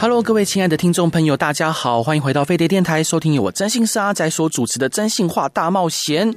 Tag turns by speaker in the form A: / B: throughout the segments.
A: Hello，各位亲爱的听众朋友，大家好，欢迎回到飞碟电台，收听由我真心是阿仔所主持的《真心话大冒险》。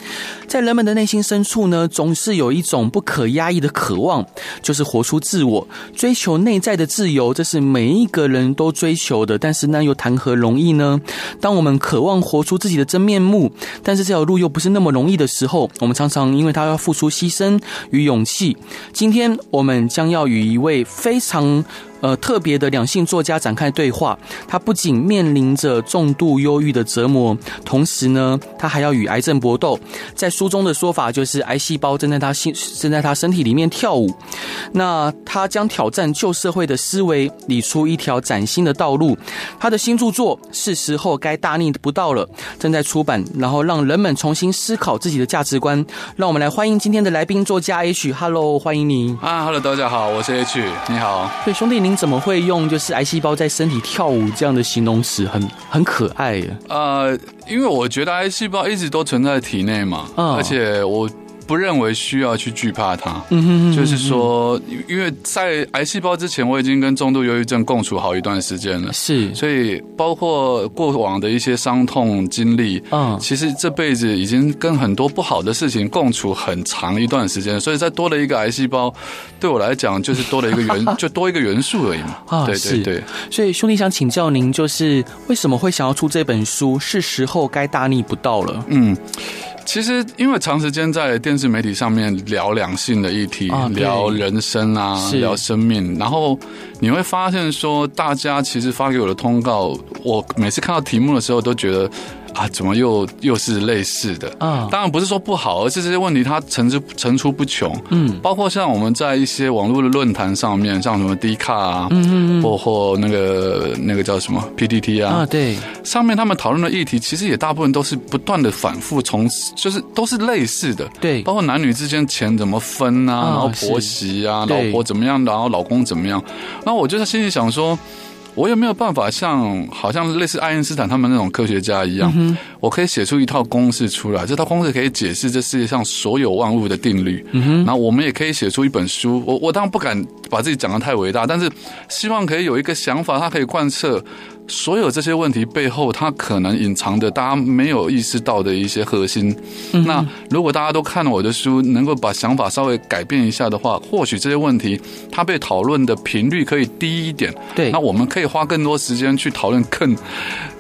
A: 在人们的内心深处呢，总是有一种不可压抑的渴望，就是活出自我，追求内在的自由，这是每一个人都追求的。但是那又谈何容易呢？当我们渴望活出自己的真面目，但是这条路又不是那么容易的时候，我们常常因为它要付出牺牲与勇气。今天我们将要与一位非常呃特别的两性作家展开对话。他不仅面临着重度忧郁的折磨，同时呢，他还要与癌症搏斗。在书中的说法就是，癌细胞正在他心正在他身体里面跳舞。那他将挑战旧社会的思维，理出一条崭新的道路。他的新著作是时候该大逆不道了，正在出版，然后让人们重新思考自己的价值观。让我们来欢迎今天的来宾作家 H。Hello，欢迎你。
B: 啊，Hello，大家好，我是 H，你好。
A: 对，兄弟，您怎么会用就是癌细胞在身体跳舞这样的形容词，很很可爱耶？
B: 呃，因为我觉得癌细胞一直都存在体内嘛，
A: 嗯
B: 而且我不认为需要去惧怕它。
A: 嗯哼哼
B: 就是说，因为在癌细胞之前，我已经跟重度忧郁症共处好一段时间了，
A: 是，
B: 所以包括过往的一些伤痛经历。
A: 嗯，
B: 其实这辈子已经跟很多不好的事情共处很长一段时间，所以再多了一个癌细胞，对我来讲就是多了一个 元，就多一个元素而已嘛。
A: 啊
B: 对
A: 是
B: 对对。
A: 所以兄弟想请教您，就是为什么会想要出这本书？是时候该大逆不道了。
B: 嗯，其实因为长时间在电视媒体上面聊两性的议题，
A: 啊对
B: 聊人生啊
A: 是，
B: 聊生命，然后你会发现说，大家其实发给我的通告，我每次看到题目的时候都觉得啊，怎么又又是类似的。
A: 啊，
B: 当然不是说不好，而是这些问题它层出层出不穷。
A: 嗯，
B: 包括像我们在一些网络的论坛上面，像什么 D 卡啊，嗯嗯，包括那个那个叫什么 PTT
A: 啊，对，
B: 上面他们讨论的议题，其实也大部分都是不断的反复重，就是都是类似的，
A: 对
B: 包括男女之间钱怎么分啊，
A: 啊
B: 然后婆媳啊，
A: 是
B: 老
A: 对
B: 婆怎么样，然后老公怎么样，那我就在心里想说。我有没有办法像好像类似爱因斯坦他们那种科学家一样，
A: 嗯
B: 我可以写出一套公式出来，这套公式可以解释这世界上所有万物的定律。
A: 嗯
B: 然后我们也可以写出一本书。我我当然不敢把自己讲的太伟大，但是希望可以有一个想法，它可以贯彻所有这些问题背后，它可能隐藏的大家没有意识到的一些核心。
A: 嗯
B: 那如果大家都看了我的书，能够把想法稍微改变一下的话，或许这些问题它被讨论的频率可以低一点。
A: 对
B: 那，我们可以花更多时间去讨论更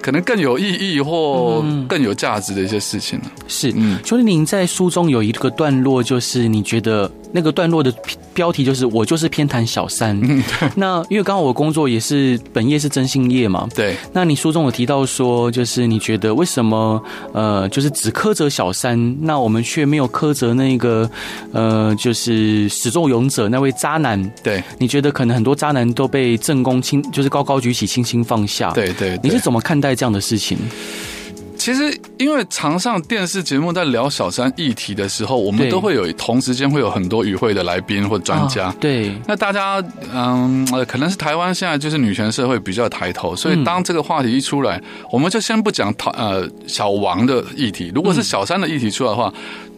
B: 可能更有意义或
A: 嗯
B: 更有价值的一些事情了。
A: 是。
B: 嗯，
A: 兄弟，您在书中有一个段落，就是你觉得那个段落的标题就是“我就是偏袒小三”。
B: 嗯
A: 那因为刚好我工作也是本业是征信业嘛，
B: 对。
A: 那你书中有提到说，就是你觉得为什么呃，就是只苛责小三，那我们却没有苛责那个呃，就是始作俑者那位渣男？
B: 对
A: 你觉得可能很多渣男都被正宫轻，就是高高举起，轻轻放下。，
B: 对对，
A: 你
B: 对
A: 是怎么看待这样的事情？
B: 其实，因为常上电视节目在聊小三议题的时候，我们
A: 对
B: 都会有同时间会有很多与会的来宾或专家。
A: 啊对，
B: 那大家，嗯，呃可能是台湾现在就是女权社会比较抬头，所以当这个话题一出来，我们就先不讲讨呃小王的议题，如果是小三的议题出来的话。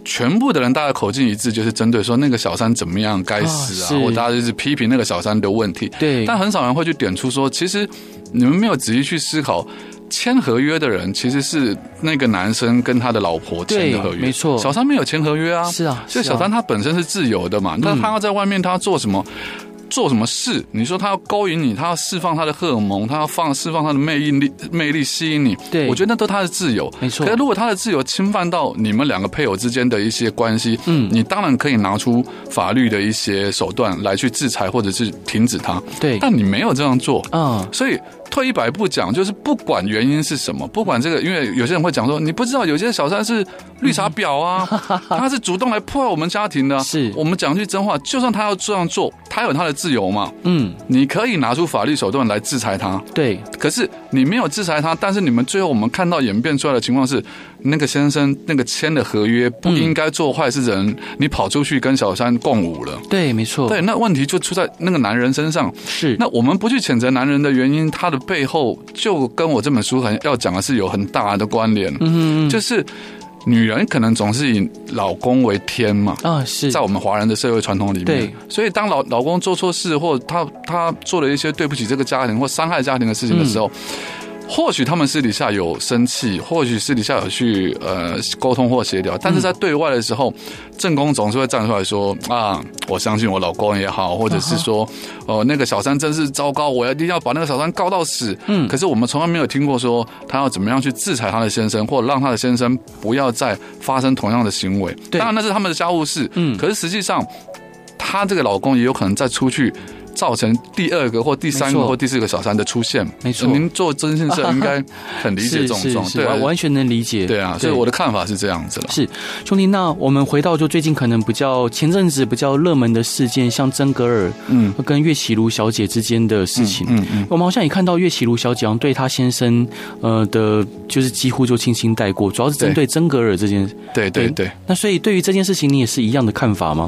B: 全部的人，大家口径一致，就是针对说那个小三怎么样该死
A: 啊
B: 啊，
A: 是
B: 或大家就是批评那个小三的问题。
A: 对，
B: 但很少人会去点出说，其实你们没有仔细去思考，签合约的人其实是那个男生跟他的老婆签的合
A: 对
B: 约，
A: 没错
B: 小三没有签合约啊，
A: 是啊，嗯
B: 所以
A: 是啊
B: 小三他本身是自由的嘛，但他要在外面他要做什么？做什么事？你说他要勾引你，他要释放他的荷尔蒙，他要放释放他的魅力力魅力吸引你。
A: 对
B: 我觉得那都他的自由。
A: 没错
B: 可是如果他的自由侵犯到你们两个配偶之间的一些关系，
A: 嗯
B: 你当然可以拿出法律的一些手段来去制裁或者是停止他。
A: 对，
B: 但你没有这样做，
A: 嗯，
B: 所以退一百步讲，就是不管原因是什么，不管这个，因为有些人会讲说，你不知道有些小三是绿茶 婊啊，他是主动来破坏我们家庭的啊。
A: 是
B: 我们讲句真话，就算他要这样做，他有他的自由嘛，
A: 嗯，
B: 你可以拿出法律手段来制裁他。
A: 对，
B: 可是你没有制裁他，但是你们最后我们看到演变出来的情况是，那个先生那个签的合约不应该做坏事
A: 嗯
B: 人，你跑出去跟小三共舞了。
A: 对，没错，
B: 对，那问题就出在那个男人身上。
A: 是，
B: 那我们不去谴责男人的原因，他的背后就跟我这本书很要讲的是有很大的关联，
A: 嗯，
B: 就是女人可能总是以老公为天嘛。
A: 啊，是，
B: 在我们华人的社会传统里面
A: 对，
B: 所以当老老公做错事，或他他做了一些对不起这个家庭或伤害家庭的事情的时候，或许他们私底下有生气，或许私底下有去呃沟通或协调，但是在对外的时候，正宫总是会站出来说啊，我相信我老公也好，或者是说
A: 嗯
B: 哦、那个小三真是糟糕，我要一定要把那个小三告到死。
A: 嗯
B: 可是我们从来没有听过说他要怎么样去制裁他的先生，或让他的先生不要再发生同样的行为。
A: 对
B: 当然那是他们的家务事。
A: 嗯
B: 可是实际上，她这个老公也有可能再出去。造成第二个或第三
A: 没
B: 个
A: 错
B: 或第四个小三的出现，
A: 没错
B: 您做征 信社应该很理解这
A: 是
B: 种
A: 是
B: 状
A: 是，
B: 对啊
A: 完完全能理解，
B: 对啊，所以我的看法是这样子了。
A: 是，兄弟，那我们回到就最近可能比较前阵子比较热门的事件，像曾格尔
B: 嗯
A: 跟岳绮茹小姐之间的事情。
B: 嗯嗯，
A: 我们好像也看到岳绮茹小姐好像对她先生，呃的，就是几乎就轻轻带过，主要是针对曾格尔这件。
B: 对对对，
A: 那所以对于这件事情，你也是一样的看法吗？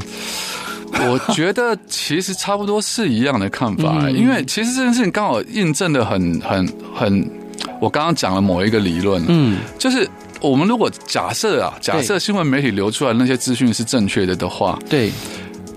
B: 我觉得其实差不多是一样的看
A: 嗯
B: 法，因为其实这件事情刚好印证的很很很，我刚刚讲了某一个理论，
A: 嗯，
B: 就是我们如果假设啊，假设新闻媒体流出来的那些资讯是正确的的话，
A: 对，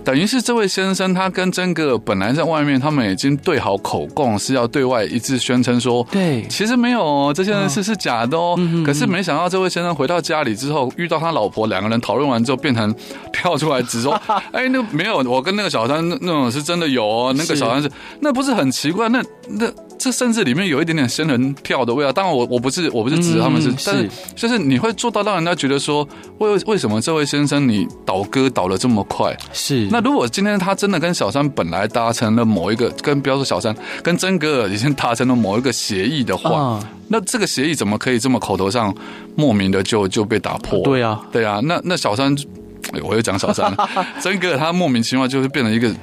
B: 等于是这位先生他跟真格尔本来在外面，他们已经对好口供，是要对外一致宣称说，
A: 对，
B: 其实没有哦，这件事是假的哦。可是没想到这位先生回到家里之后，遇到他老婆，两个人讨论完之后，变成跳出来 指说：“哎，那个没有，我跟那个小三那那种是真的有哦，那个
A: 是
B: 小三是那不是很奇怪？那那这甚至里面有一点点仙人跳的味道。当然我，我不是我不是指他们是，
A: 嗯
B: 但是
A: 是
B: 就是你会做到让人家觉得说，为为什么这位先生你倒戈倒的这么快？
A: 是，
B: 那如果今天他真的跟小三本来达成了某一个，跟不要说小三，跟真格尔已经达成了某一个协议的话，
A: 啊，
B: 那这个协议怎么可以这么口头上莫名的就就被打破？
A: 对啊，
B: 对啊，那那小三，哎我又讲小三 了，真格他莫名其妙就是变成一个。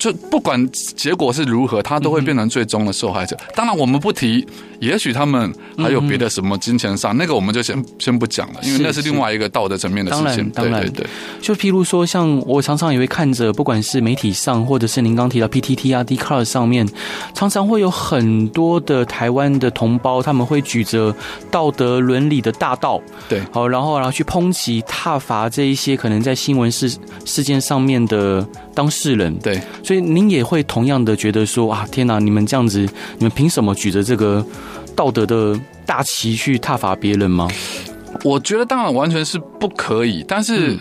B: 就不管结果是如何，他都会变成最终的受害者。
A: 嗯
B: 当然，我们不提，也许他们还有别的什么金钱上，那个我们就先先不讲了，因为
A: 嗯是
B: 那是另外一个道德层面的事情。
A: 当然当然
B: 对对对，
A: 就譬如说，像我常常也会看着，不管是媒体上，或者是您刚提到 PTT 啊、d c a r 上面，常常会有很多的台湾的同胞，他们会举着道德伦理的大道，
B: 对
A: 好，然后然后去抨击、挞伐这一些可能在新闻事事件上面的当事人。
B: 对。
A: 所以您也会同样的觉得说啊，天哪，你们这样子，你们凭什么举着这个道德的大旗去挞伐别人吗？
B: 我觉得当然完全是不可以，但是
A: 嗯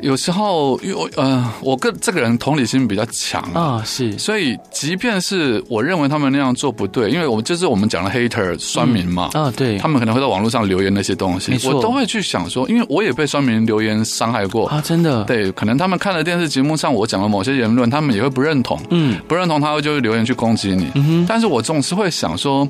B: 有时候因为我呃，我个这个人同理心比较强啊。
A: 啊，是
B: 所以，即便是我认为他们那样做不对，因为我们就是我们讲的 hater 酸民嘛，
A: 啊，对
B: 他们可能会在网络上留言那些东西
A: 没，错
B: 我都会去想说，因为我也被酸民留言伤害过，
A: 啊，真的，
B: 对，可能他们看了电视节目上我讲的某些言论，他们也会不认同，
A: 嗯
B: 不认同他会就会留言去攻击你，
A: 嗯哼。
B: 但是我总是会想说，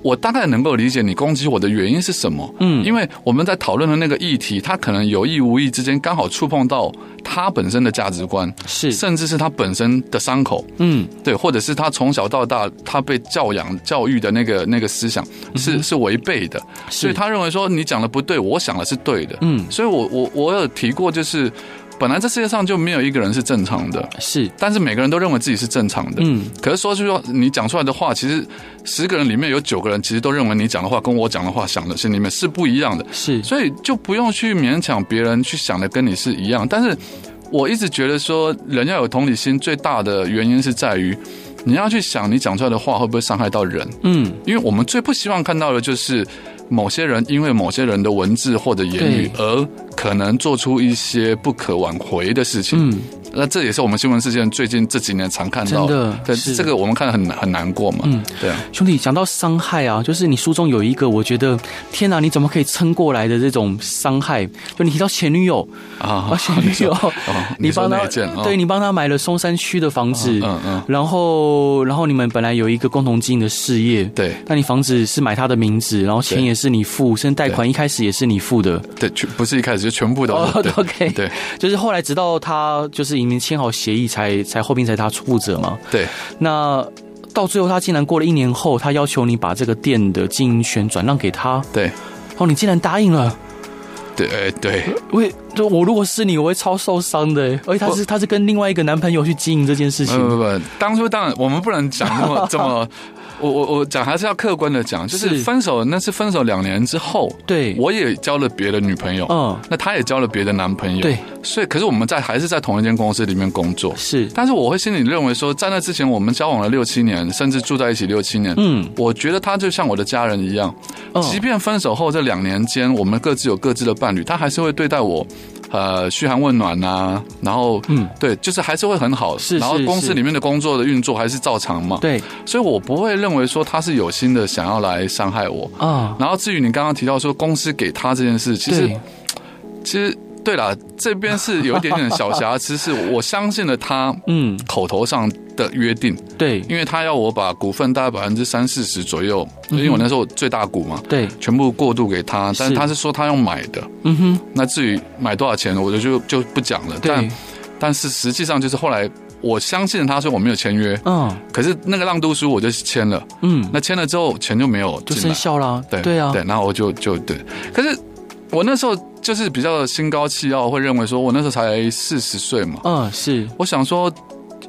B: 我大概能够理解你攻击我的原因是什么，
A: 嗯
B: 因为我们在讨论的那个议题，它可能有意无意之间刚好触碰到他本身的价值观，
A: 是，
B: 甚至是他本身的伤口，
A: 嗯，
B: 对，或者是他从小到大他被教养教育的那个那个思
A: 嗯
B: 想是是违背的，所以他认为说你讲的不对，我想的是对的，
A: 嗯
B: 所以我我我有提过，就是本来这世界上就没有一个人是正常的，
A: 是，
B: 但是每个人都认为自己是正常的，
A: 嗯，
B: 可是说句话，你讲出来的话，其实十个人里面有九个人其实都认为你讲的话跟我讲的话想的心里面是不一样的，
A: 是，
B: 所以就不用去勉强别人去想的跟你是一样。但是我一直觉得说，人要有同理心，最大的原因是在于你要去想你讲出来的话会不会伤害到人，
A: 嗯，
B: 因为我们最不希望看到的就是某些人因为某些人的文字或者言语而可能做出一些不可挽回的事情。
A: 嗯，
B: 那这也是我们新闻事件最近这几年常看到
A: 真的
B: 对，
A: 是
B: 这个我们看得很很难过嘛。
A: 嗯
B: 对啊，
A: 兄弟，讲到伤害啊，就是你书中有一个，我觉得天啊哪，你怎么可以撑过来的这种伤害？就你提到前女友，
B: 啊
A: 啊，前女友，
B: 你说
A: 帮他
B: 那一件，哦
A: 对你帮他买了松山区的房子，
B: 嗯嗯
A: 然后然后你们本来有一个共同经营的事业，
B: 对
A: 那你房子是买他的名字，然后钱
B: 对
A: 也是你付，甚至贷款一开始也是你付的，
B: 对，全不是一开始就全部都
A: 哦
B: 是对
A: OK
B: 对
A: 就是后来直到他就是已经签好协议才才后面才他负责嘛，
B: 对
A: 那。到最后，他竟然过了一年后，他要求你把这个店的经营权转让给他，
B: 对
A: 哦，你竟然答应了！
B: 对哎对，
A: 喂，就我如果是你，我会超受伤的。而且他是他是跟另外一个男朋友去经营这件事情，
B: 不不不，当初当然我们不能讲 那么这么。我我我讲还是要客观的讲，就是
A: 是
B: 分手那是分手两年之后，
A: 对
B: 我也交了别的女朋友，
A: 嗯
B: 那她也交了别的男朋友，
A: 对，
B: 所以可是我们在还是在同一间公司里面工作，
A: 是，
B: 但是我会心里认为说，在那之前我们交往了六七年，甚至住在一起六七年，
A: 嗯，
B: 我觉得他就像我的家人一样，
A: 嗯
B: 即便分手后这两年间，我们各自有各自的伴侣，他还是会对待我。呃，嘘寒问暖啊，然后，
A: 嗯
B: 嗯，对，就是还是会很好，
A: 是
B: 然后
A: 是
B: 公司
A: 是
B: 里面的工作的运作还是照常嘛，，
A: 对
B: 所以我不会认为说他是有心的想要来伤害我。
A: 啊，
B: 然后至于你刚刚提到说公司给他这件事，其实
A: 对
B: 其实对啦，这边是有一点点小瑕疵，是我相信了他
A: 嗯，
B: 口头上的约定，
A: 对
B: 因为他要我把股份大概百分之三四十左右，
A: 嗯
B: 因为我那时候最大股嘛，
A: 对，
B: 全部过渡给他，
A: 是
B: 但是他是说他要买的，
A: 嗯哼，
B: 那至于买多少钱，我就就就不讲了。但
A: 对，
B: 但是实际上就是后来我相信他，所以我没有签约，
A: 嗯
B: 可是那个让渡书我就签了，
A: 嗯，
B: 那签了之后钱就没有
A: 就
B: 进
A: 生
B: 来，
A: 效啦，
B: 对
A: 对啊，
B: 对，然后我就就对，可是我那时候就是比较心高气傲，会认为说我那时候才四十岁嘛，
A: 嗯是，
B: 我想说，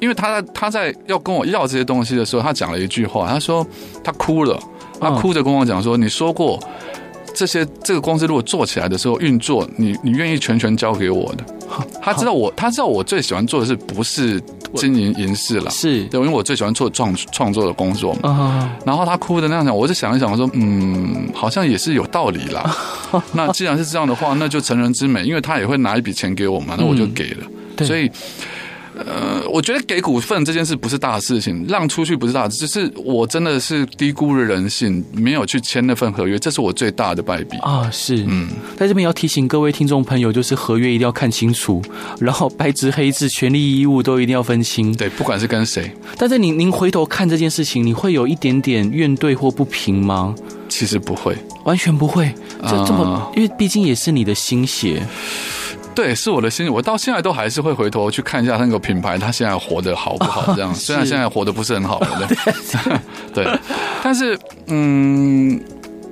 B: 因为他他在要跟我要这些东西的时候，他讲了一句话，他说他哭了，他哭着跟我讲说：“你说过这些这个公司如果做起来的时候运作，你你愿意全权交给我的。”他知道我他知道我最喜欢做的是不是经营银饰啦，
A: 是，
B: 对，因为我最喜欢做创创作的工作嘛。
A: 啊，
B: 然后他哭的那样讲，我就想一想，我说嗯，好像也是有道理 啦。那既然是这样的话，那就成人之美，因为他也会拿一笔钱给我嘛，那我就给了。
A: 嗯对
B: 所以，呃，我觉得给股份这件事不是大事情，让出去不是大事，就是我真的是低估了人性，没有去签那份合约，这是我最大的败笔。
A: 啊是，
B: 嗯，
A: 在这边要提醒各位听众朋友，就是合约一定要看清楚， 然后白纸黑字，权利义务都一定要分清。
B: 对，不管是跟谁，
A: 但是您您回头看这件事情，你会有一点点怨怼或不平吗？
B: 其实不会。
A: 完全不会，这这么
B: 啊，
A: 因为毕竟也是你的心血，
B: 对，是我的心，我到现在都还是会回头去看一下那个品牌，它现在活得好不 好？
A: 哦
B: 这样，虽然现在活得不是很好了，对， 对，但是，嗯，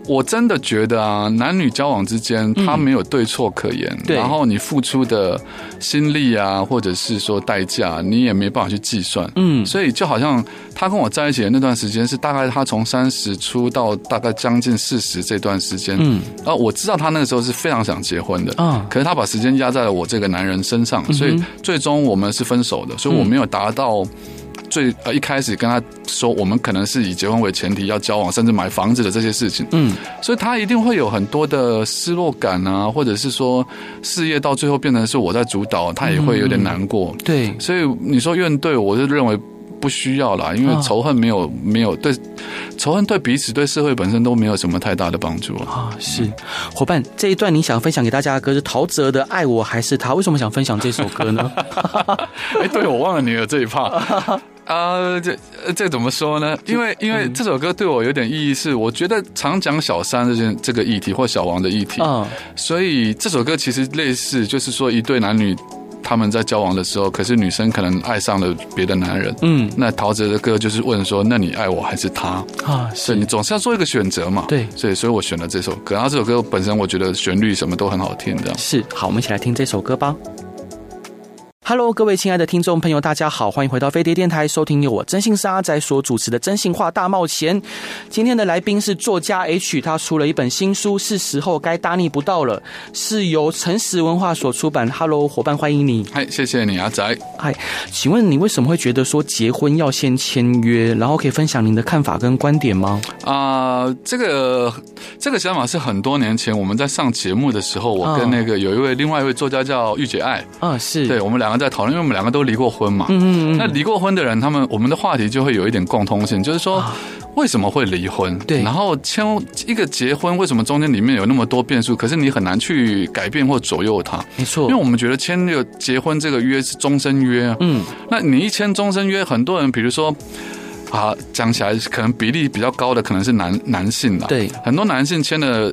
B: 我真的觉得啊，男女交往之间，它没有对错可言，
A: 对
B: 然后你付出的心力啊，或者是说代价，你也没办法去计算，
A: 嗯
B: 所以就好像他跟我在一起的那段时间，是大概他从三十出到大概将近四十这段时间，
A: 嗯，
B: 啊，我知道他那个时候是非常想结婚的，
A: 啊
B: 可是他把时间压在了我这个男人身上，
A: 嗯
B: 所以最终我们是分手的，所以我没有达到最呃一开始跟他说我们可能是以结婚为前提要交往，甚至买房子的这些事情，
A: 嗯，
B: 所以他一定会有很多的失落感啊，或者是说事业到最后变成是我在主导，他也会有点难过，
A: 对，
B: 所以你说怨对，我是认为不需要啦，因
A: 啊
B: 为仇恨没有没有对仇恨对彼此对社会本身都没有什么太大的帮助啊。
A: 啊，是伙伴，这一段你想分享给大家的歌是陶喆的《爱我还是他》，为什么想分享这首歌 呢？
B: 哎、对，我忘了你有这一趴。啊，这呃这怎么说呢？因为因
A: 嗯
B: 为这首歌对我有点意义是，我觉得常讲小三这件这个议题或小王的议题，
A: 啊，
B: 所以这首歌其实类似，就是说一对男女他们在交往的时候，可是女生可能爱上了别的男人。
A: 嗯
B: 那陶喆的歌就是问说，那你爱我还是他？
A: 啊，是
B: 所以你总是要做一个选择嘛。
A: 对
B: 所以所以我选了这首歌，然后这首歌本身我觉得旋律什么都很好听，这样。
A: 是，好，我们一起来听这首歌吧。Hello，各位亲爱的听众朋友，大家好，欢迎回到飞碟电台，收听由我真心是阿仔所主持的《真心话大冒险》。今天的来宾是作家 H，他出了一本新书，是时候该大逆不道了，是由诚实文化所出版。Hello，伙伴，欢迎你。
B: 嗨，谢谢你阿宅。
A: 嗨，请问你为什么会觉得说结婚要先签约？然后可以分享您的看法跟观点吗？
B: 啊、这个这个想法是很多年前我们在上节目的时候，我
A: 嗯
B: 跟那个有一位另外一位作家叫御姐爱，
A: 啊，是，
B: 对，我们两个常在讨论，因为我们两个都离过婚嘛。嗯嗯。那离过婚的人，他们我们的话题就会有一点共通性，就是说为什么会离婚？
A: 对
B: 然后千一个结婚，为什么中间里面有那么多变数？可是你很难去改变或左右它，
A: 没错
B: 因为，我们觉得签这个结婚这个约是终身约。啊
A: 嗯，
B: 那你一签终身约，很多人比如说。啊，讲起来可能比例比较高的可能是男男性啦，
A: 对
B: 很多男性签了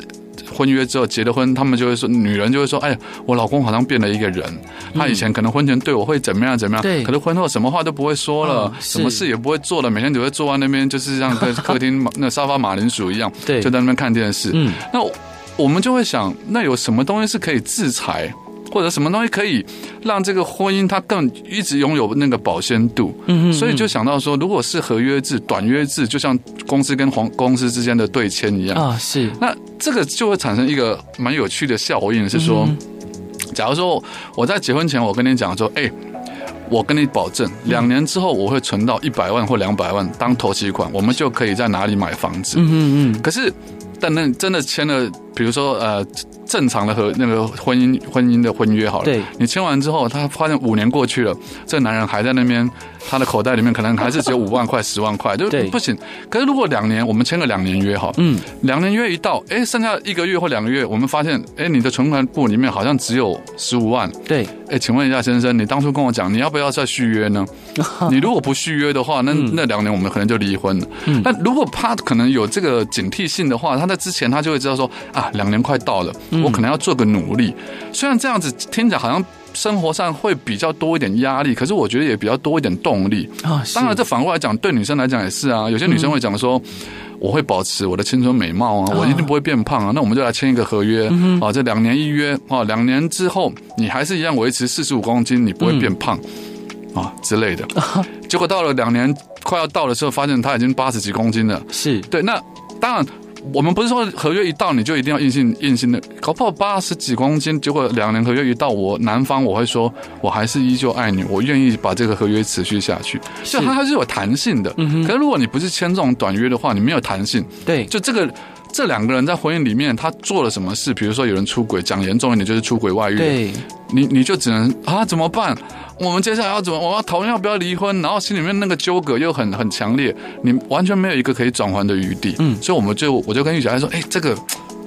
B: 婚约之后结了婚，他们就会说，女人就会说，哎呀，我老公好像变了一个人，他以前可能婚前对我会怎么样怎么样，
A: 对
B: 可是婚后什么话都不会说了，
A: 嗯
B: 什么
A: 是
B: 事也不会做了，每天只会坐在那边，就是像在客厅那沙发马铃薯一样，
A: 对
B: 就在那边看电视。
A: 嗯，
B: 那我我们就会想，那有什么东西是可以制裁？或者什么东西可以让这个婚姻它更一直拥有那个保鲜度？
A: 嗯
B: 所以就想到说，如果是合约制、短约制，就像公司跟黄公司之间的对签一样，
A: 啊是，
B: 那这个就会产生一个蛮有趣的效应，是说，假如说我在结婚前，我跟你讲说，哎、我跟你保证，两年之后我会存到一百万或两百万当头期款，我们就可以在哪里买房子。
A: 嗯嗯嗯，
B: 可是，但那真的签了，比如说呃，正常的和那个婚姻婚姻的婚约好了，
A: 对
B: 你签完之后，他发现五年过去了，这男人还在那边，他的口袋里面可能还是只有五万块、十万块，就
A: 对
B: 不行。可是如果两年，我们签了两年约好，
A: 嗯，
B: 两年约一到，哎，剩下一个月或两个月，我们发现，哎，你的存款簿里面好像只有十五万，
A: 对，
B: 哎，请问一下先生，你当初跟我讲你要不要再续约呢？你如果不续约的话，那那两年我们可能就离婚了。那如果他可能有这个警惕性的话，他在之前他就会知道说啊，两年快到了，我可能要做个努力。虽然这样子听起来好像生活上会比较多一点压力，可是我觉得也比较多一点动力。
A: 啊
B: 当然，这反过来讲，对女生来讲也是啊。有些女生会讲说。我会保持我的青春美貌啊，我一定不会变胖啊。那我们就来签一个合约啊，这两年一约啊，两年之后你还是一样维持四十五公斤，你不会变胖啊之类的。结果到了两年快要到的时候，发现他已经八十几公斤了。
A: 是
B: 对，那当然。我们不是说合约一到你就一定要硬性硬性的，搞不好八十几公斤，结果两年合约一到我，男方我会说，我还是依旧爱你，我愿意把这个合约持续下去，所以它还是有弹性的。可是如果你不是签这种短约的话，你没有弹性，
A: 对，
B: 就这个这两个人在婚姻里面他做了什么事，比如说有人出轨，讲严重一点就是出轨外遇，
A: 对，
B: 你你就只能啊怎么办？我们接下来要怎么？我要讨论要不要离婚，然后心里面那个纠葛又很很强烈，你完全没有一个可以转圜的余地。
A: 嗯
B: 所以我们就我就跟玉姐还说，哎、这个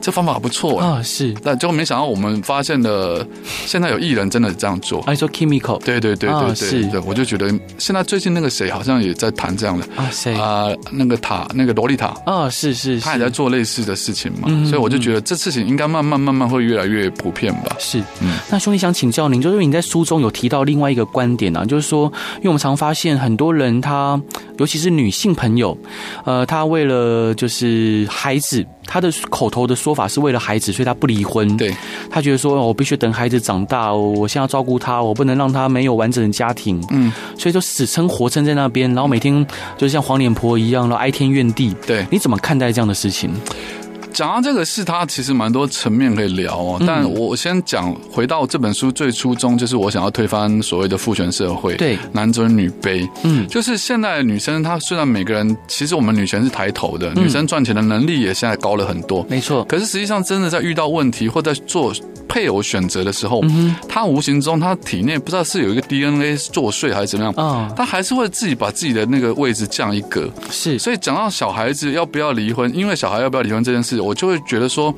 B: 这方法不错、哎
A: 啊是，
B: 但结果没想到我们发现了，现在有艺人真的这样做。
A: 啊你说 chemical
B: 对对对
A: 啊
B: 对
A: 是
B: 对对，我就觉得现在最近那个谁好像也在谈这样的
A: 啊谁
B: 啊、那个塔那个洛丽塔，
A: 啊是是
B: 她也在
A: 是
B: 做类似的事情嘛
A: 嗯，
B: 所以我就觉得这事情应该慢慢慢慢会越来越普遍吧。
A: 是
B: 嗯，
A: 那兄弟想请教您，就是你在书中有提到另外一个观点啊，就是说，因为我们常发现很多人他，尤其是女性朋友，呃，她为了就是孩子，她的口头的说法是为了孩子，所以她不离婚。
B: 对，
A: 他觉得说，哦我必须等孩子长大，我我现在要照顾他，我不能让他没有完整的家庭，
B: 嗯，
A: 所以就死撑活撑在那边，然后每天就像黄脸婆一样，然后哀天怨地。
B: 对。
A: 你怎么看待这样的事情？
B: 讲到这个事，它其实蛮多层面可以聊哦。
A: 嗯
B: 但我先讲回到这本书最初衷，就是我想要推翻所谓的父权社会，
A: 对
B: 男尊女卑。
A: 嗯，
B: 就是现在的女生，她虽然每个人，其实我们女权是抬头的，
A: 嗯
B: 女生赚钱的能力也现在高了很多。
A: 没错，
B: 可是实际上，真的在遇到问题或在做配偶选择的时
A: 嗯
B: 候，她无形中她体内不知道是有一个 DNA 作祟还是怎么样，
A: 啊、
B: 她还是会自己把自己的那个位置降一格。
A: 是
B: 所以讲到小孩子要不要离婚，因为小孩要不要离婚这件事，我就会觉得说，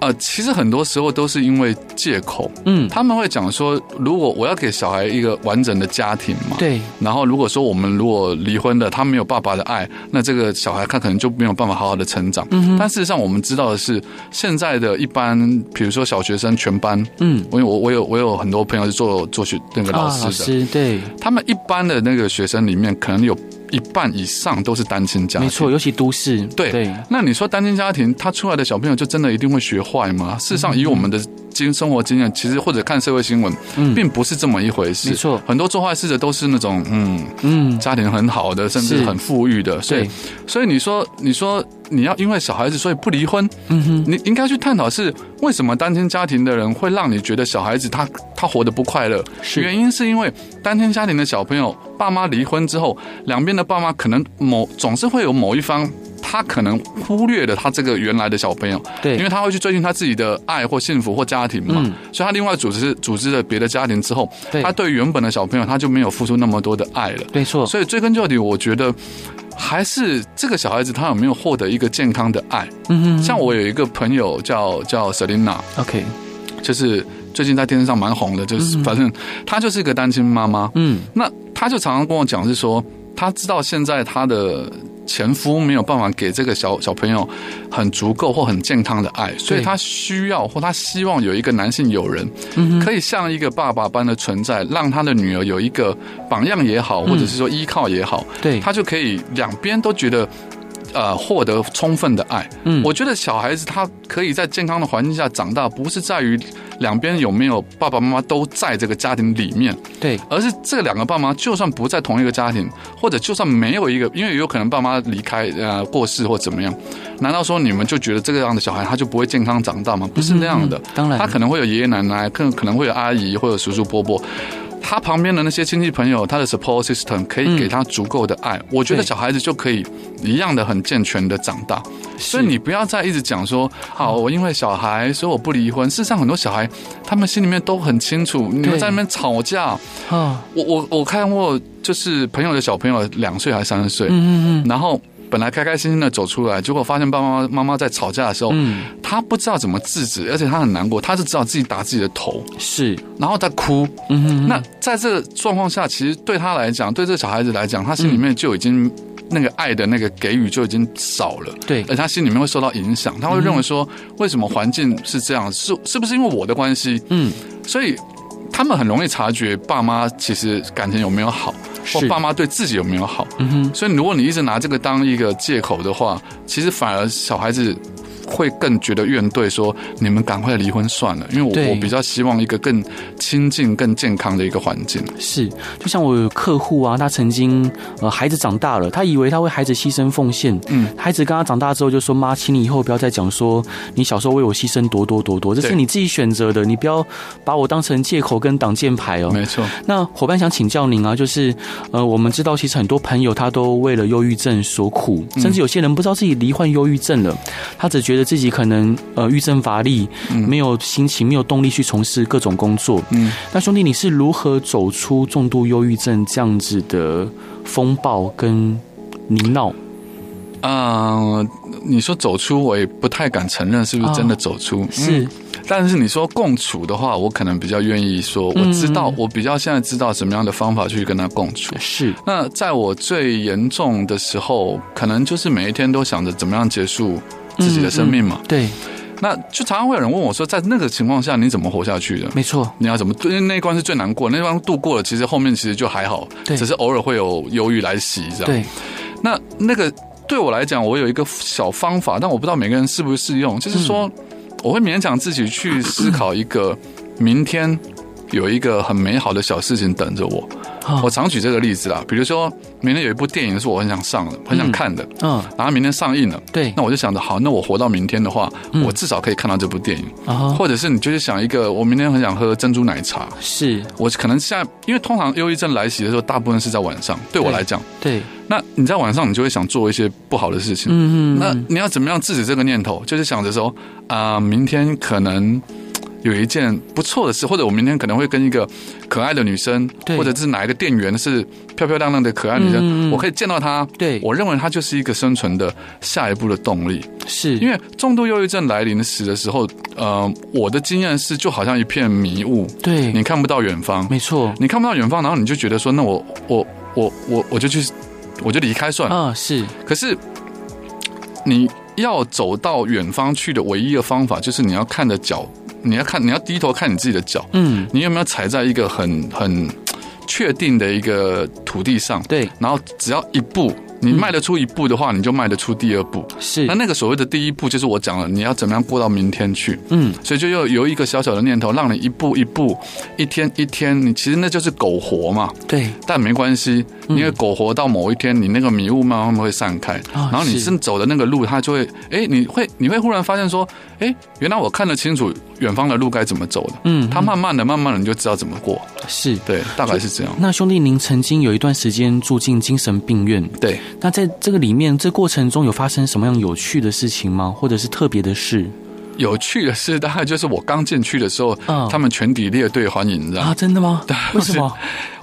B: 呃，其实很多时候都是因为借口。
A: 嗯，
B: 他们会讲说，如果我要给小孩一个完整的家庭嘛，。
A: 对，
B: 然后如果说我们如果离婚了，他没有爸爸的爱，那这个小孩他可能就没有办法好好的成长。嗯、但事实上，我们知道的是，现在的一般，比如说小学生全班，
A: 嗯，
B: 因为我我有我有很多朋友是做做学那个老
A: 啊，
B: 师
A: 老
B: 的，
A: 师对，
B: 他们一般的那个学生里面，可能有一半以上都是单亲家庭。
A: 没错，尤其都市，
B: 对
A: 对，
B: 那你说单亲家庭，他出来的小朋友就真的一定会学坏
A: 嗯
B: 吗？事实上，以我们的经生活经验，其实或者看社会新闻，
A: 嗯
B: 并不是这么一回事。
A: 没错
B: 很多做坏事的都是那种嗯，
A: 嗯，
B: 家庭很好的，甚至
A: 是
B: 很富裕的。所以
A: 对，，
B: 所以你说，你说你要因为小孩子所以不离婚，
A: 嗯哼，
B: 你应该去探讨是为什么单亲家庭的人会让你觉得小孩子他他活得不快乐。
A: 是
B: 原因是因为单亲家庭的小朋友，爸妈离婚之后，两边的爸妈可能某总是会有某一方他可能忽略了他这个原来的小朋友，
A: 对
B: 因为他会去追寻他自己的爱或幸福或家庭嘛，
A: 嗯
B: 所以他另外组织组织了别的家庭之后，
A: 对
B: 他对原本的小朋友他就没有付出那么多的爱了，
A: 没错，
B: 所以追根究底，我觉得还是这个小孩子他有没有获得一个健康的爱。
A: 嗯
B: 像我有一个朋友叫叫 Selina，
A: 哼，OK，
B: 就是最近在电视上蛮红的，就是反正她就是一个单亲妈妈。
A: 嗯，
B: 那她就常常跟我讲是说，她知道现在她的前夫没有办法给这个小小朋友很足够或很健康的爱，所以她需要或她希望有一个男性友人，
A: 嗯
B: 可以像一个爸爸般的存在，让她的女儿有一个榜样也好，或者是说依靠也好，
A: 对，
B: 她就可以两边都觉得。呃，获得充分的爱，
A: 嗯
B: 我觉得小孩子他可以在健康的环境下长大，不是在于两边有没有爸爸妈妈都在这个家庭里面，
A: 对，
B: 而是这两个爸妈就算不在同一个家庭，或者就算没有一个，因为有可能爸妈离开呃过世或怎么样，难道说你们就觉得这个样的小孩他就不会健康长大吗？不是那样的，
A: 嗯当然
B: 他可能会有爷爷奶奶，更可能会有阿姨或者叔叔伯伯。他旁边的那些亲戚朋友，他的 support system 可以给他足够的爱，我觉得
A: 对
B: 小孩子就可以一样的很健全的长大。所以你不要再一直讲说，啊，我因为小孩，所以我不离婚。事实上，很多小孩他们心里面都很清楚，你们在那边吵架。
A: 哦，
B: 我我我看过，就是朋友的小朋友两岁还是三岁，
A: 嗯嗯
B: 然后本来开开心心的走出来，结果发现爸爸妈妈妈在吵架的时候，
A: 嗯
B: 他不知道怎么制止，而且他很难过，他是知道自己打自己的头，
A: 嗯，是，
B: 然后他哭。
A: 嗯哼，
B: 那在这个状况下，其实对他来讲，对这个小孩子来讲，他心里面就已经那个爱的那个给予就已经少了。
A: 对
B: 而他心里面会受到影响，他会认为说，为什么环境是这样？是是不是因为我的关系？
A: 嗯，
B: 所以他们很容易察觉爸妈其实感情有没有好，或
A: 是
B: 爸妈对自己有没有好。
A: 嗯哼，
B: 所以如果你一直拿这个当一个借口的话，其实反而小孩子。会更觉得怨怼，说你们赶快离婚算了，因为
A: 对
B: 我我比较希望一个更亲近、更健康的一个环境。
A: 是，就像我有客户啊，他曾经呃孩子长大了，他以为他为孩子牺牲奉献，
B: 嗯，
A: 孩子刚刚长大之后就说妈，请你以后不要再讲说你小时候为我牺牲多多多多，这是
B: 对
A: 你自己选择的，你不要把我当成借口跟挡箭牌哦。
B: 没错，
A: 那伙伴想请教您啊，就是呃，我们知道其实很多朋友他都为了忧郁症所苦，
B: 嗯
A: 甚至有些人不知道自己罹患忧郁症了，他只觉得自己可能呃郁症乏力，没有心情、没有动力去从事各种工作。
B: 嗯，
A: 那兄弟，你是如何走出重度忧郁症这样子的风暴跟泥淖？
B: 嗯，你说走出，我也不太敢承认是不是真的走出，因为
A: 哦是，
B: 但是你说共处的话，我可能比较愿意说，我知道，我比较现在知道什么样的方法去跟他共处。
A: 是，
B: 那在我最严重的时候，可能就是每一天都想着怎么样结束自
A: 嗯
B: 己的生命嘛。
A: 对，
B: 那就常常会有人问我说，在那个情况下你怎么活下去的？
A: 没错，
B: 你要怎么对？因为那一关是最难过，那一关度过了，其实后面其实就还好，
A: 对
B: 只是偶尔会有忧郁来袭这样。
A: 对，
B: 那那个对我来讲，我有一个小方法，但我不知道每个人适不适用。就是
A: 嗯
B: 说，我会勉强自己去思考一个明天有一个很美好的小事情等着我。
A: 啊
B: 我常举这个例子啦，比如说明天有一部电影是我很想上的、很想看的，
A: 嗯，
B: 然后明天上映了。
A: 对，
B: 那我就想着，好，那我活到明天的话，
A: 嗯
B: 我至少可以看到这部电影，
A: 然后
B: 或者是你就是想一个，我明天很想喝珍珠奶茶，
A: 是，
B: 我可能现在因为通常忧郁症来袭的时候，大部分是在晚上，对我
A: 对
B: 来讲，
A: 对，
B: 那你在晚上，你就会想做一些不好的事情。
A: 嗯
B: 那你要怎么样制止这个念头？就是想着说啊、明天可能嘖有一件不错的事，或者我明天可能会跟一个可爱的女生，
A: 对
B: 或者是哪一个店员是漂漂亮亮的可爱女
A: 嗯嗯嗯
B: 生，我可以见到她。
A: 对
B: 我认为她就是一个生存的下一步的动力。
A: 是，
B: 因为重度忧郁症来临时的时候，呃，我的经验是就好像一片迷雾，
A: 对，
B: 你看不到远方，
A: 没错，
B: 你看不到远方，然后你就觉得说，那我我我我我就去，我就离开算了。
A: 啊，是，
B: 可是你要走到远方去的唯一的方法，就是你要看着脚，你要看，你要低头看你自己的脚，
A: 嗯，
B: 你有没有踩在一个很很确定的一个土地上？
A: 对，
B: 然后只要一步，你迈得出一步的话，你就迈得出第二步。
A: 是
B: 那，那个所谓的第一步，就是我讲了，你要怎么样过到明天去？
A: 嗯，
B: 所以就又有一个小小的念头，让你一步一步，一天一天，你其实那就是苟活嘛。
A: 对，
B: 但没关系，因为苟活到某一天，你那个迷雾慢慢会散开，
A: 啊
B: 然后你
A: 是
B: 是走的那个路，它就会，哎，你会你会忽然发现说，哎，原来我看得清楚远方的路该怎么走的，
A: 嗯
B: 它慢慢的、慢慢的你就知道怎么过，
A: 是。
B: 对，大概是这样，
A: 那兄弟，您曾经有一段时间住进精神病院，
B: 对。
A: 那在这个里面，这过程中有发生什么样有趣的事情吗？或者是特别的事
B: 有趣的是，大概就是我刚进去的时候，
A: 嗯
B: 他们全体列队欢迎，你知道吗
A: 啊？？真的吗？ 为什么？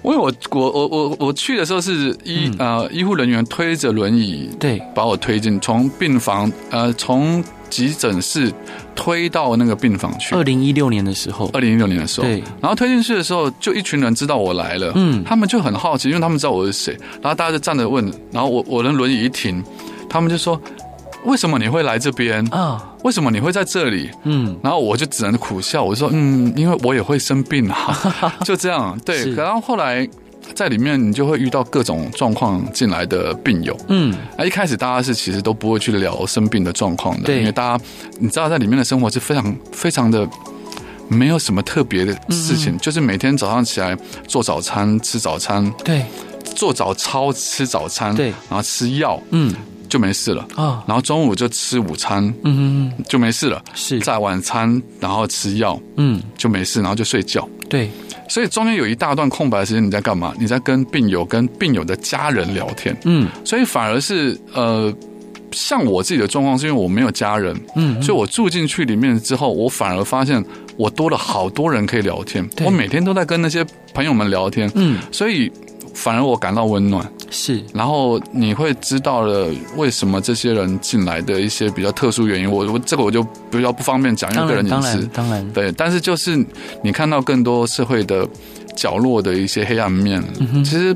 B: 因为我我我我我去的时候是医、
A: 嗯
B: 呃医护人员推着轮椅
A: 对，
B: 把我推进，从病房呃从急诊室推到那个病房去
A: 二。零一六年的时候，
B: 二零一六年的时候，
A: 对
B: 然后推进去的时候，就一群人知道我来了，
A: 嗯
B: 他们就很好奇，因为他们知道我是谁，然后大家就站着问，然后我我的轮椅一停，他们就说，为什么你会来这边？
A: 啊，
B: 为什么你会在这里？
A: 嗯，
B: 然后我就只能苦笑，我说嗯，因为我也会生 病啊，就这样。对，
A: 是
B: 然后后来在里面你就会遇到各种状况进来的病友。
A: 嗯，
B: 啊，一开始大家是其实都不会去聊生病的状况的，
A: 对
B: 因为大家你知道在里面的生活是非常非常的。没有什么特别的事
A: 嗯
B: 情，就是每天早上起来做早餐、吃早餐、
A: 对，
B: 做早操、吃早餐，
A: 对
B: 然后吃药
A: 嗯，
B: 就没事了。
A: 啊，
B: 然后中午就吃午餐
A: 嗯嗯，嗯
B: 就没事了，
A: 是，
B: 在晚餐然后吃药，
A: 嗯，
B: 就没事，然后就睡觉。
A: 对，
B: 所以中间有一大段空白的时间，你在干嘛？你在跟病友、跟病友的家人聊天。
A: 嗯
B: 所以反而是呃，像我自己的状况，是因为我没有家人，
A: 嗯，嗯
B: 所以我住进去里面之后，我反而发现我多了好多人可以聊天。
A: 对
B: 我每天都在跟那些朋友们聊天，
A: 嗯
B: 所以反而我感到温暖。
A: 是，
B: 然后你会知道了为什么这些人进来的一些比较特殊原因。我我这个我就比较不方便讲，因为
A: 当
B: 个
A: 然
B: 人
A: 当
B: 隐私
A: 然。当然，
B: 对，但是就是你看到更多社会的角落的一些黑暗面，
A: 嗯
B: 其实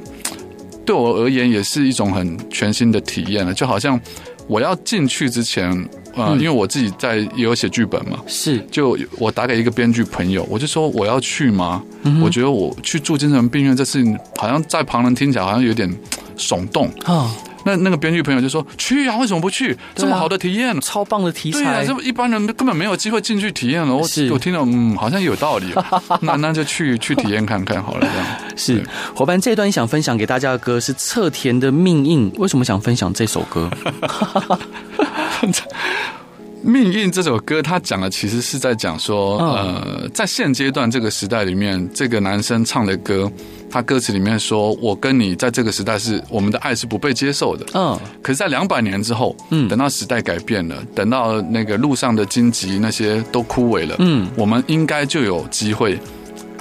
B: 对我而言也是一种很全新的体验了。啊就好像我要进去之前，呃，
A: 嗯
B: 因为我自己在也有写剧本嘛，
A: 是，
B: 就我打给一个编剧朋友，我就说我要去吗？
A: 嗯
B: 我觉得我去住精神病院这事情，好像在旁人听起来好像有点耸动。
A: 啊，
B: 那那个编剧朋友就说去啊，为什么不去？这么
A: 对啊
B: 好的体验，
A: 超棒的题
B: 对啊，
A: 材
B: 这，一般人根本没有机会进去体验了。我
A: 是
B: 我听到，嗯，好像有道理 哦，那那就去去体验看看好了，这样。
A: 是伙伴这一段想分享给大家的歌是侧田的命运，为什么想分享这首歌？
B: 命运这首歌，它讲的其实是在讲说，
A: 嗯
B: 呃，在现阶段这个时代里面，这个男生唱的歌，他歌词里面说，我跟你在这个时代是我们的爱是不被接受的。
A: 嗯，
B: 可是，在两百年之后，
A: 嗯
B: 等到时代改变了，等到那个路上的荆棘那些都枯萎了，
A: 嗯，
B: 我们应该就有机会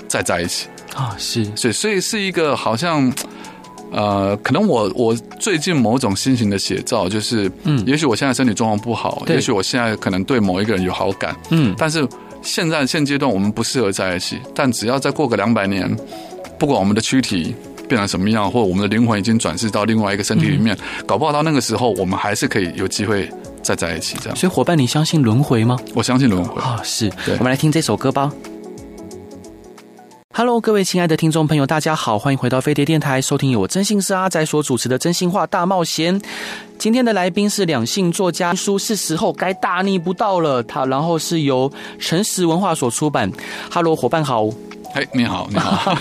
B: 再在一起。
A: 啊，是，
B: 所以所以是一个好像。呃，可能我我最近某种心情的写照，就是，
A: 嗯
B: 也许我现在身体状况不好，
A: 对
B: 也许我现在可能对某一个人有好感，
A: 嗯，
B: 但是现在现阶段我们不适合在一起，但只要再过个两百年，不管我们的躯体变成什么样，或者我们的灵魂已经转世到另外一个身体里面，
A: 嗯
B: 搞不好到那个时候，我们还是可以有机会再在一起。这样，
A: 所以伙伴，你相信轮回吗？
B: 我相信轮回。
A: 啊，是，
B: 对
A: 我们来听这首歌吧。Hello，各位亲爱的听众朋友，大家好，欢迎回到飞碟电台，收听由我真心是阿仔所主持的《真心话大冒险》。今天的来宾是两性作家书，是时候该大逆不道了。他然后是由诚实文化所出版。Hello，伙伴好，
B: 哎，你好，你好，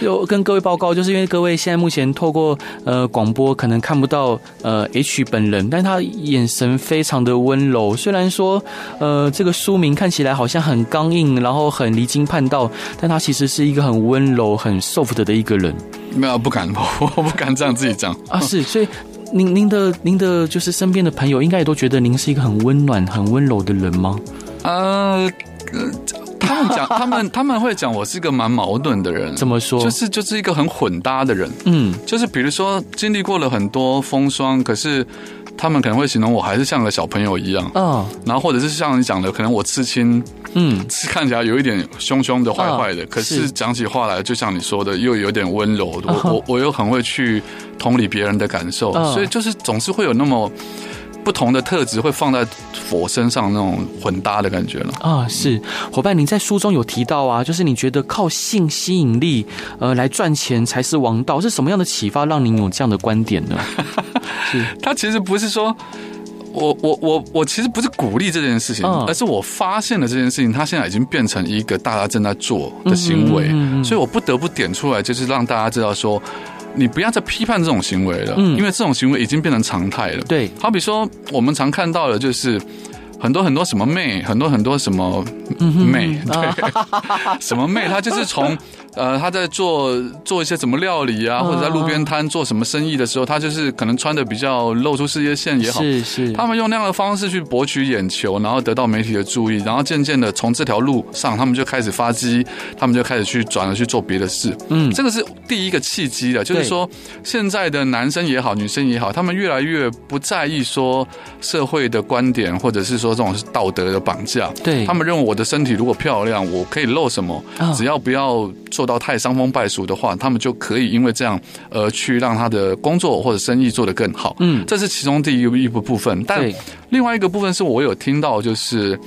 A: 有跟各位报告，就是因为各位现在目前透过呃广播可能看不到呃 H 本人，但他眼神非常的温柔。虽然说呃这个书名看起来好像很刚硬，然后很离经叛道，但他其实是一个很温柔、很 soft 的一个人
B: 没有不敢， 我我不敢这样自己讲。
A: 啊。是，所以 您您的您的就是身边的朋友，应该也都觉得您是一个很温暖、很温柔的人吗？
B: 呃，呃他们讲，他们他们会讲我是一个蛮矛盾的人，
A: 怎么说？
B: 就是就是一个很混搭的人，
A: 嗯，
B: 就是比如说经历过了很多风霜，可是他们可能会形容我还是像个小朋友一样，
A: 啊，
B: 然后或者是像你讲的，可能我刺青
A: 嗯，
B: 是看起来有一点凶凶的、坏坏的，
A: 嗯
B: 可
A: 是
B: 是讲起话来，就像你说的，又有点温柔的。
A: 啊哈
B: 我我我又很会去同理别人的感受，
A: 嗯
B: 所以就是总是会有那么不同的特质会放在我身上那种混搭的感觉了。
A: 啊，是伙伴，您在书中有提到啊，就是你觉得靠性吸引力，呃，来赚钱才是王道，是什么样的启发让您有这样的观点 呢？
B: 他其实不是说。我我我我其实不是鼓励这件事情，
A: 嗯
B: 而是我发现了这件事情，它现在已经变成一个大家正在做的行为，
A: 嗯嗯嗯嗯
B: 所以我不得不点出来，就是让大家知道说，你不要再批判这种行为了，
A: 嗯
B: 因为这种行为已经变成常态了。
A: 对，
B: 好比说我们常看到的就是。很多很多什么妹，很多很多什么
A: 嗯
B: 妹，对，什么妹，她就是从呃，她在做做一些什么料理
A: 嗯
B: 啊，或者在路边摊做什么生意的时候，她就是可能穿的比较露出事业线也好，
A: 是是，
B: 他们用那样的方式去博取眼球，然后得到媒体的注意，然后渐渐的从这条路上，他们就开始发迹，他们就开始去转而去做别的事。
A: 嗯
B: 这个是第一个契机了，就是说现在的男生也好，女生也好，他们越来越不在意说社会的观点，或者是说这种道德的绑架。
A: 对
B: 他们认为我的身体如果漂亮，我可以露什么
A: 啊，
B: 只要不要做到太伤风败俗的话，他们就可以因为这样而去让他的工作或者生意做得更好。
A: 嗯
B: 这是其中第一个一部部分，但
A: 对
B: 另外一个部分是我有听到，就是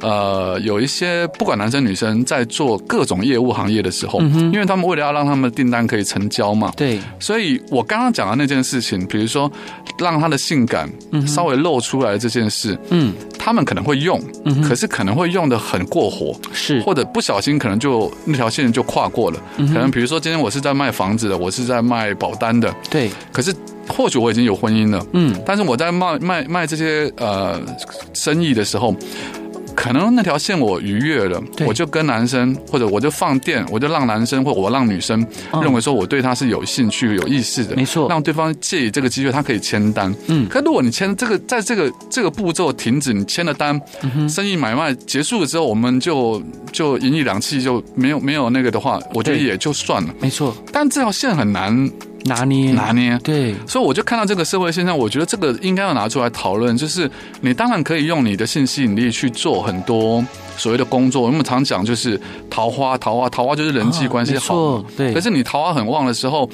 B: 呃，有一些不管男生女生在做各种业务行业的时候，因为他们为了要让他们的订单可以成交嘛，
A: 嗯对
B: 所以我刚刚讲的那件事情，比如说让他的性感稍微露出来这件事，
A: 嗯
B: 他们可能会用，
A: 嗯哼
B: 可是可能会用的很过火，
A: 是
B: 或者不小心可能就那条线就跨过了。
A: 嗯
B: 可能比如说今天我是在卖房子的，我是在卖保单的，
A: 对
B: 可是或许我已经有婚姻了。
A: 嗯
B: 但是我在卖卖卖这些呃生意的时候，可能那条线我逾越了，
A: 对
B: 我就跟男生或者我就放电，我就让男生或我让女生
A: 嗯
B: 认为说我对他是有兴趣、有意识的，
A: 没错
B: 让对方借以这个机会，他可以签单。
A: 嗯
B: 可如果你签这个，在这个这个步骤停止，你签了单，
A: 嗯
B: 生意买卖结束了之后，我们就就赢一两气就没有没有那个的话，我觉得
A: 对
B: 也就算了。
A: 没错
B: 但这条线很难
A: 拿捏
B: 拿捏，
A: 对
B: 所以我就看到这个社会现象，我觉得这个应该要拿出来讨论。就是你当然可以用你的性吸引力去做很多所谓的工作。我们常讲就是桃花，桃花，桃花就是人际关系
A: 啊没
B: 好。
A: 错对
B: 可是你桃花很旺的时候，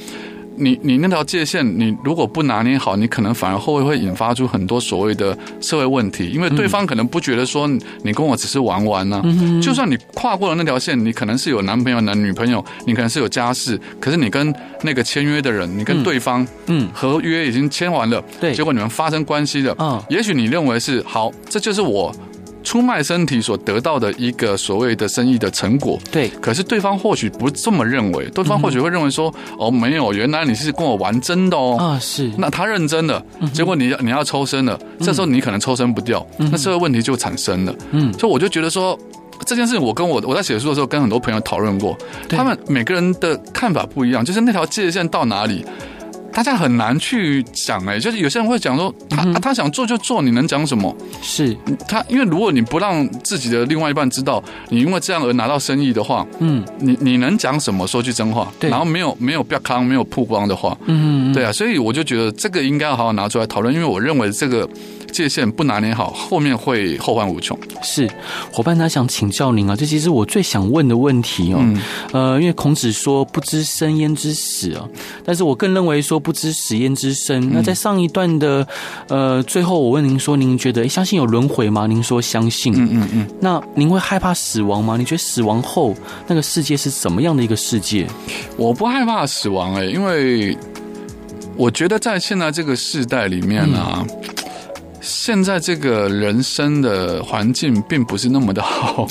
B: 你你那条界限，你如果不拿捏好，你可能反而后会会引发出很多所谓的社会问题，因为对方可能不觉得说你跟我只是玩玩呢、
A: 嗯
B: 就算你跨过了那条线，你可能是有男朋友、男女朋友，你可能是有家室，可是你跟那个签约的人，你跟对方
A: 嗯
B: 合约已经签完了，
A: 对
B: 结果你们发生关系了，
A: 嗯
B: 也许你认为是好，这就是我出卖身体所得到的一个所谓的生意的成果，
A: 对
B: 可是对方或许不这么认为，对方或许会认为说，哦，没有，原来你是跟我玩真的哦。
A: 啊是
B: 那他认真了，结果你你要抽身了，这时候你可能抽身不掉，那社会问题就产生了。
A: 嗯
B: 所以我就觉得说，这件事情我跟我我在写书的时候跟很多朋友讨论过，
A: 对
B: 他们每个人的看法不一样，就是那条界限到哪里。大家很难去讲哎、就是有些人会讲说，他、啊他想做就做，你能讲什么？
A: 是
B: 他因为如果你不让自己的另外一半知道你因为这样而拿到生意的话，
A: 嗯
B: 你你能讲什么？说句真话，
A: 对
B: 然后没有没有不要康，没有曝光的话，
A: 嗯
B: 对啊，所以我就觉得这个应该要好好拿出来讨论，因为我认为这个界限不拿捏好，后面会后患无穷。
A: 是，伙伴他想请教您啊，这其实我最想问的问题哦。
B: 嗯
A: 呃，因为孔子说“不知生焉知死”啊，但是我更认为说“不知死焉知生”
B: 嗯
A: 那在上一段的呃最后，我问您说，您觉得诶相信有轮回吗？您说相信。
B: 嗯嗯嗯，
A: 那您会害怕死亡吗？你觉得死亡后那个世界是怎么样的一个世界？
B: 我不害怕死亡哎、因为我觉得在现在这个世代里面啊。
A: 嗯
B: 现在这个人生的环境并不是那么 的好，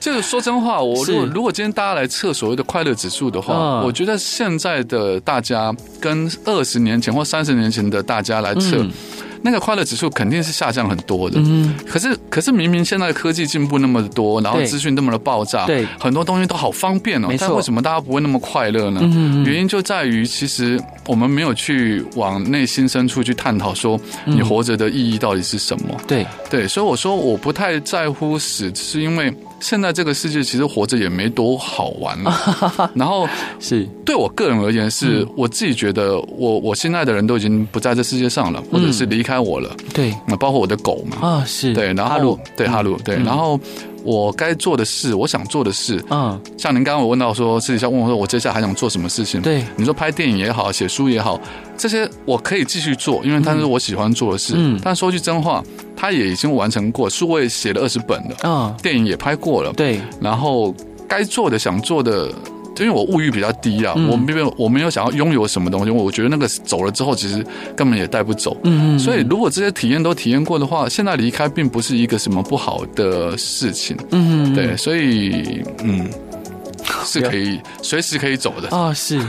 B: 就是说真话，我如果
A: 是
B: 如果今天大家来测所谓的快乐指数的话，
A: 嗯
B: 我觉得现在的大家跟二十年前或三十年前的大家来测，
A: 嗯
B: 那个快乐指数肯定是下降很多的。
A: 嗯，
B: 可是，可是明明现在的科技进步那么多，然后
A: 对
B: 资讯那么的爆炸，
A: 对
B: 很多东西都好方便哦
A: 没。错
B: 但为什么大家不会那么快乐呢？
A: 嗯嗯嗯
B: 原因就在于，其实我们没有去往内心深处去探讨，说
A: 嗯
B: 你活着的意义到底是什么。
A: 对，
B: 对，所以我说我不太在乎死，是因为现在这个世界其实活着也没多好玩 了。然后
A: 是，
B: 对我个人而言是，
A: 嗯
B: 我自己觉得我我心爱的人都已经不在这世界上了，或者是离开我了，
A: 对
B: 那、包括我的狗嘛。
A: 嗯啊，是，
B: 对，然后
A: 哈鲁，
B: 对哈鲁，对，然后我该做的事，我想做的事，
A: 嗯，
B: 像您刚刚我问到说，私底下问我说，我接下来还想做什么事情？
A: 对
B: 你说拍电影也好，写书也好，这些我可以继续做，因为它是我喜欢做的事。
A: 嗯
B: 但说句真话，它也已经完成过，书我也写了二十本了，
A: 啊，
B: 电影也拍过了，
A: 对，
B: 然后该做的、想做的。因为我物欲比较低啊，
A: 嗯
B: 我没有我没有想要拥有什么东西，我觉得那个走了之后，其实根本也带不走。
A: 嗯嗯，
B: 所以，如果这些体验都体验过的话，现在离开并不是一个什么不好的事情。
A: 嗯，嗯，
B: 对，所以，嗯，是可以随时可以走的。
A: 啊、 是。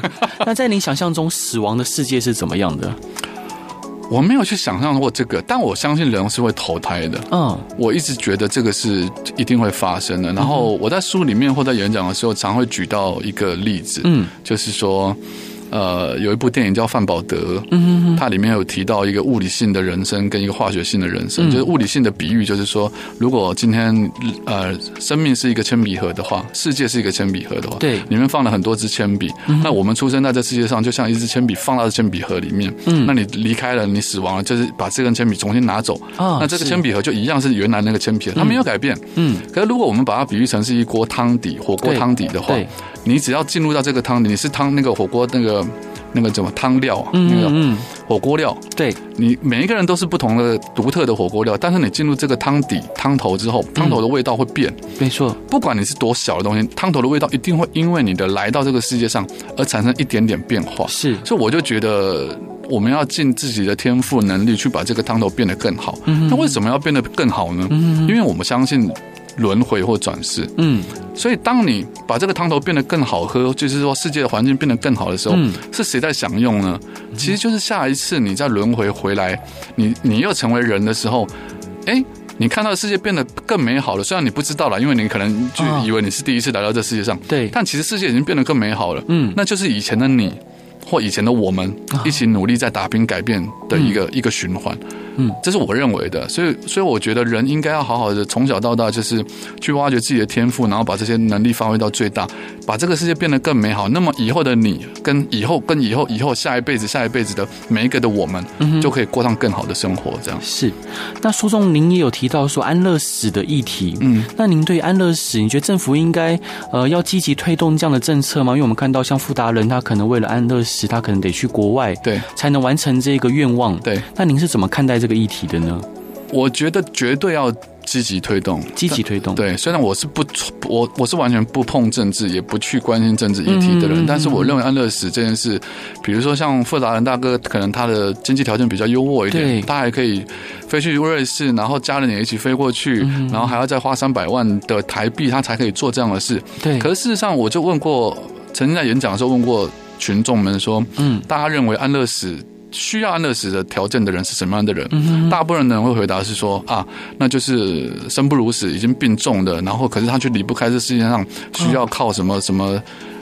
A: 那在你想象中，死亡的世界是怎么样的？
B: 我没有去想象过这个，但我相信人是会投胎的。
A: 嗯，
B: 我一直觉得这个是一定会发生的。然后我在书里面或在演讲的时候，常会举到一个例子，
A: 嗯，
B: 就是说，呃，有一部电影叫《范保德》，嗯，它里面有提到一个物理性的人生跟一个化学性的人生，就是物理性的比喻，就是说，如果今天呃，生命是一个铅笔盒的话，世界是一个铅笔盒的话，
A: 对
B: 里面放了很多支铅笔，那我们出生在这世界上，就像一支铅笔放到铅笔盒里面，嗯，那你离开了，你死亡了，就是把这根铅笔重新拿走，
A: 啊
B: 那这个
A: 是
B: 铅笔盒就一样是原来那个铅笔盒，它没有改变。
A: 嗯，
B: 可是如果我们把它比喻成是一锅汤底，火锅
A: 对
B: 汤底的话
A: 对，
B: 你只要进入到这个汤底，你是汤那个火锅那个那个什么汤料啊，那
A: 嗯
B: 个
A: 嗯，
B: 火锅料，
A: 对，
B: 你每一个人都是不同的独特的火锅料，但是你进入这个汤底汤头之后，汤头的味道会变。
A: 没错，
B: 不管你是多小的东西，汤头的味道一定会因为你的来到这个世界上而产生一点点变化。
A: 是
B: 所以我就觉得我们要尽自己的天赋能力去把这个汤头变得更好。
A: 嗯
B: 那为什么要变得更好呢？因为我们相信轮回或转世。
A: 嗯，
B: 所以当你把这个汤头变得更好喝，就是说世界的环境变得更好的时候，
A: 嗯
B: 是谁在享用呢？其实就是下一次你在轮回回来，你你又成为人的时候，哎。你看到的世界变得更美好了，虽然你不知道了，因为你可能就
A: 啊
B: 以为你是第一次来到这世界上，
A: 对，
B: 但其实世界已经变得更美好了。
A: 嗯啊
B: 那就是以前的你或以前的我们一起努力在打拼改变的一个、一个循环。
A: 嗯，
B: 这是我认为的，所以所以我觉得人应该要好好的从小到大就是去挖掘自己的天赋，然后把这些能力发挥到最大，把这个世界变得更美好。那么以后的你跟以后跟以后以后下一辈子下一辈子的每一个的我们，
A: 嗯
B: 就可以过上更好的生活。这样
A: 是。那书中您也有提到说安乐死的议题，
B: 嗯，
A: 那您对安乐死，你觉得政府应该呃要积极推动这样的政策吗？因为我们看到像富达人，他可能为了安乐死，他可能得去国外，
B: 对
A: 才能完成这个愿望。
B: 对，
A: 那您是怎么看待这个议题的呢？
B: 我觉得绝对要积极推动，
A: 积极推动，，
B: 对，虽然我是不，我我是完全不碰政治，也不去关心政治议题的人，
A: 嗯
B: 但是我认为安乐死这件事，比如说像富达人大哥，可能他的经济条件比较优渥一
A: 对
B: 点，他还可以飞去瑞士，然后家人也一起飞过去，
A: 嗯
B: 然后还要再花三百万的台币，他才可以做这样的事。
A: 对，
B: 可是事实上，我就问过，曾经在演讲的时候问过群众们说，
A: 嗯
B: 大家认为安乐死需要安乐死的条件的人是什么样的人？
A: 嗯
B: 大部分人会回答是说啊，那就是生不如死，已经病重的，然后可是他却离不开这世界上需要靠什么什么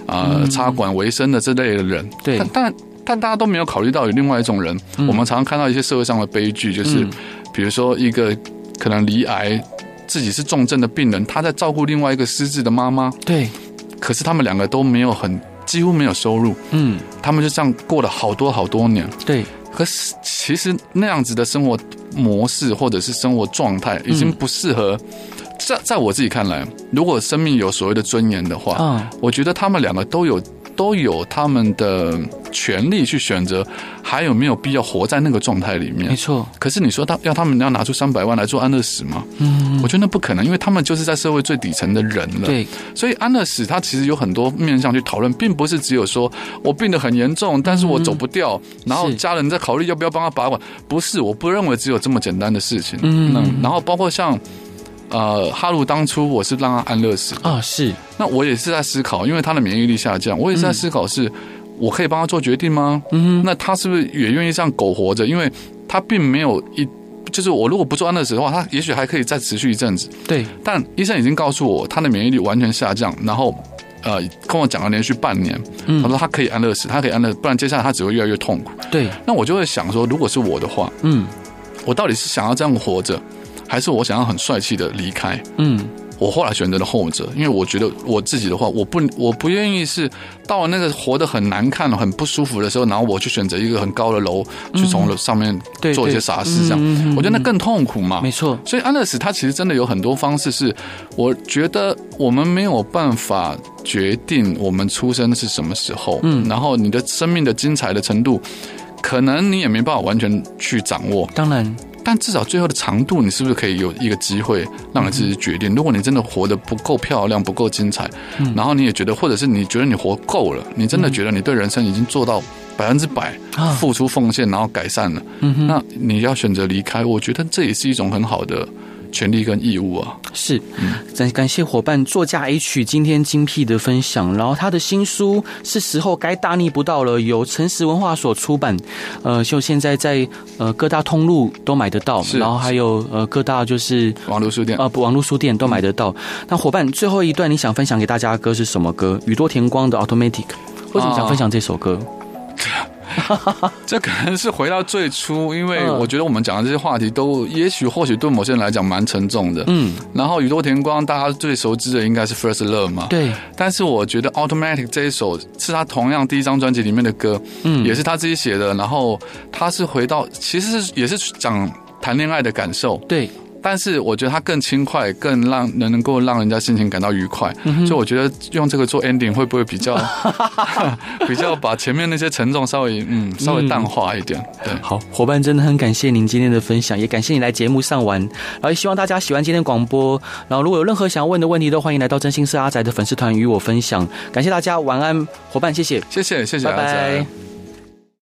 B: 啊、呃插管为生的这类的人。
A: 嗯对
B: 但但但大家都没有考虑到有另外一种人，我们常常看到一些社会上的悲剧，就是
A: 嗯
B: 比如说一个可能离癌。自己是重症的病人，他在照顾另外一个失智的妈妈，
A: 对，
B: 可是他们两个都没有很几乎没有收入，
A: 嗯
B: 他们就这样过了好多好多年。
A: 对，
B: 可是其实那样子的生活模式或者是生活状态，已
A: 嗯
B: 经不适合。在在我自己看来，如果生命有所谓的尊严的话，
A: 啊
B: 我觉得他们两个都有都有他们的权利去选择，还有没有必要活在那个状态里
A: 没
B: 面。
A: 错，
B: 可是你说他要他们要拿出三百万来做安乐死吗？
A: 嗯
B: 我觉得那不可能，因为他们就是在社会最底层的人了。
A: 对，
B: 所以安乐死它其实有很多面向去讨论，并不是只有说我病得很严重，但是我走不掉，然后
A: 是
B: 家人在考虑要不要帮他拔管，不是，我不认为只有这么简单的事情。
A: 嗯
B: 那然后包括像。呃，哈鲁当初我是让他安乐死，
A: 啊是，
B: 那我也是在思考，因为他的免疫力下降，我也是在思考是，我可以帮他做决定吗？嗯，那他是不是也愿意让狗活着？因为他并没有一，就是我如果不做安乐死的话，他也许还可以再持续一阵子。
A: 对，
B: 但医生已经告诉我，他的免疫力完全下降，然后。呃，跟我讲了连续半年，
A: 嗯
B: 他说他可以安乐死，他可以安乐，不然接下来他只会越来越痛苦。
A: 对，
B: 那我就会想说，如果是我的话，
A: 嗯
B: 我到底是想要这样活着，还是我想要很帅气的离开？
A: 嗯
B: 我后来选择了后者，因为我觉得我自己的话，我不我不愿意是到了那个活得很难看、很不舒服的时候，然后我去选择一个很高的楼去从楼上面
A: 对
B: 做一
A: 对
B: 些傻事，这
A: 嗯
B: 样
A: 嗯嗯嗯
B: 我觉得那更痛苦嘛。
A: 没错，
B: 所以安乐死它其实真的有很多方式是，我觉得我们没有办法决定我们出生是什么时候，嗯，然后你的生命的精彩的程度，可能你也没办法完全去掌握，
A: 当然
B: 但至少最后的长度，你是不是可以有一个机会让你自己决定？如果你真的活得不够漂亮、不够精彩，
A: 嗯
B: 然后你也觉得，或者是你觉得你活够了，你真的觉得你对人生已经做到百分之百
A: 啊嗯
B: 付出奉献，然后改善了，那你要选择离开，我觉得这也是一种很好的权利跟义务啊。
A: 是，感感谢伙伴作家 H 今天精辟的分享，然后他的新书是时候该大逆不道了，由诚实文化所出版，呃，就现在在呃各大通路都买得到，
B: 是
A: 然后还有呃各大就是
B: 网络书店，
A: 呃网络书店都买得到。那伙伴最后一段你想分享给大家的歌是什么歌？宇多田光的 Automatic，为什么想分享这首歌？
B: 这可能是回到最初，因
A: 嗯
B: 为我觉得我们讲的这些话题都，也许或许对某些人来讲蛮沉重的。
A: 嗯，
B: 然后宇多田光大家最熟知的应该是 First Love 嘛，
A: 对，
B: 但是我觉得 Automatic 这一首是他同样第一张专辑里面的歌，
A: 嗯，
B: 也是他自己写的，然后他是回到其实是也是讲谈恋爱的感受，
A: 对，
B: 但是我觉得它更轻快，更让能能够让人家心情感到愉快，
A: 嗯
B: 所以我觉得用这个做 ending 会不会比 较比较把前面那些沉重稍微嗯稍微淡化一点？对，
A: 好，伙伴真的很感谢您今天的分享，也感谢你来节目上玩，然后也希望大家喜欢今天的广播。然后如果有任何想要问的问题，都欢迎来到真心是阿宅的粉丝团与我分享。感谢大家，晚安，伙伴，谢谢，
B: 谢谢谢谢
A: 拜
B: 阿
A: 拜
B: 仔。。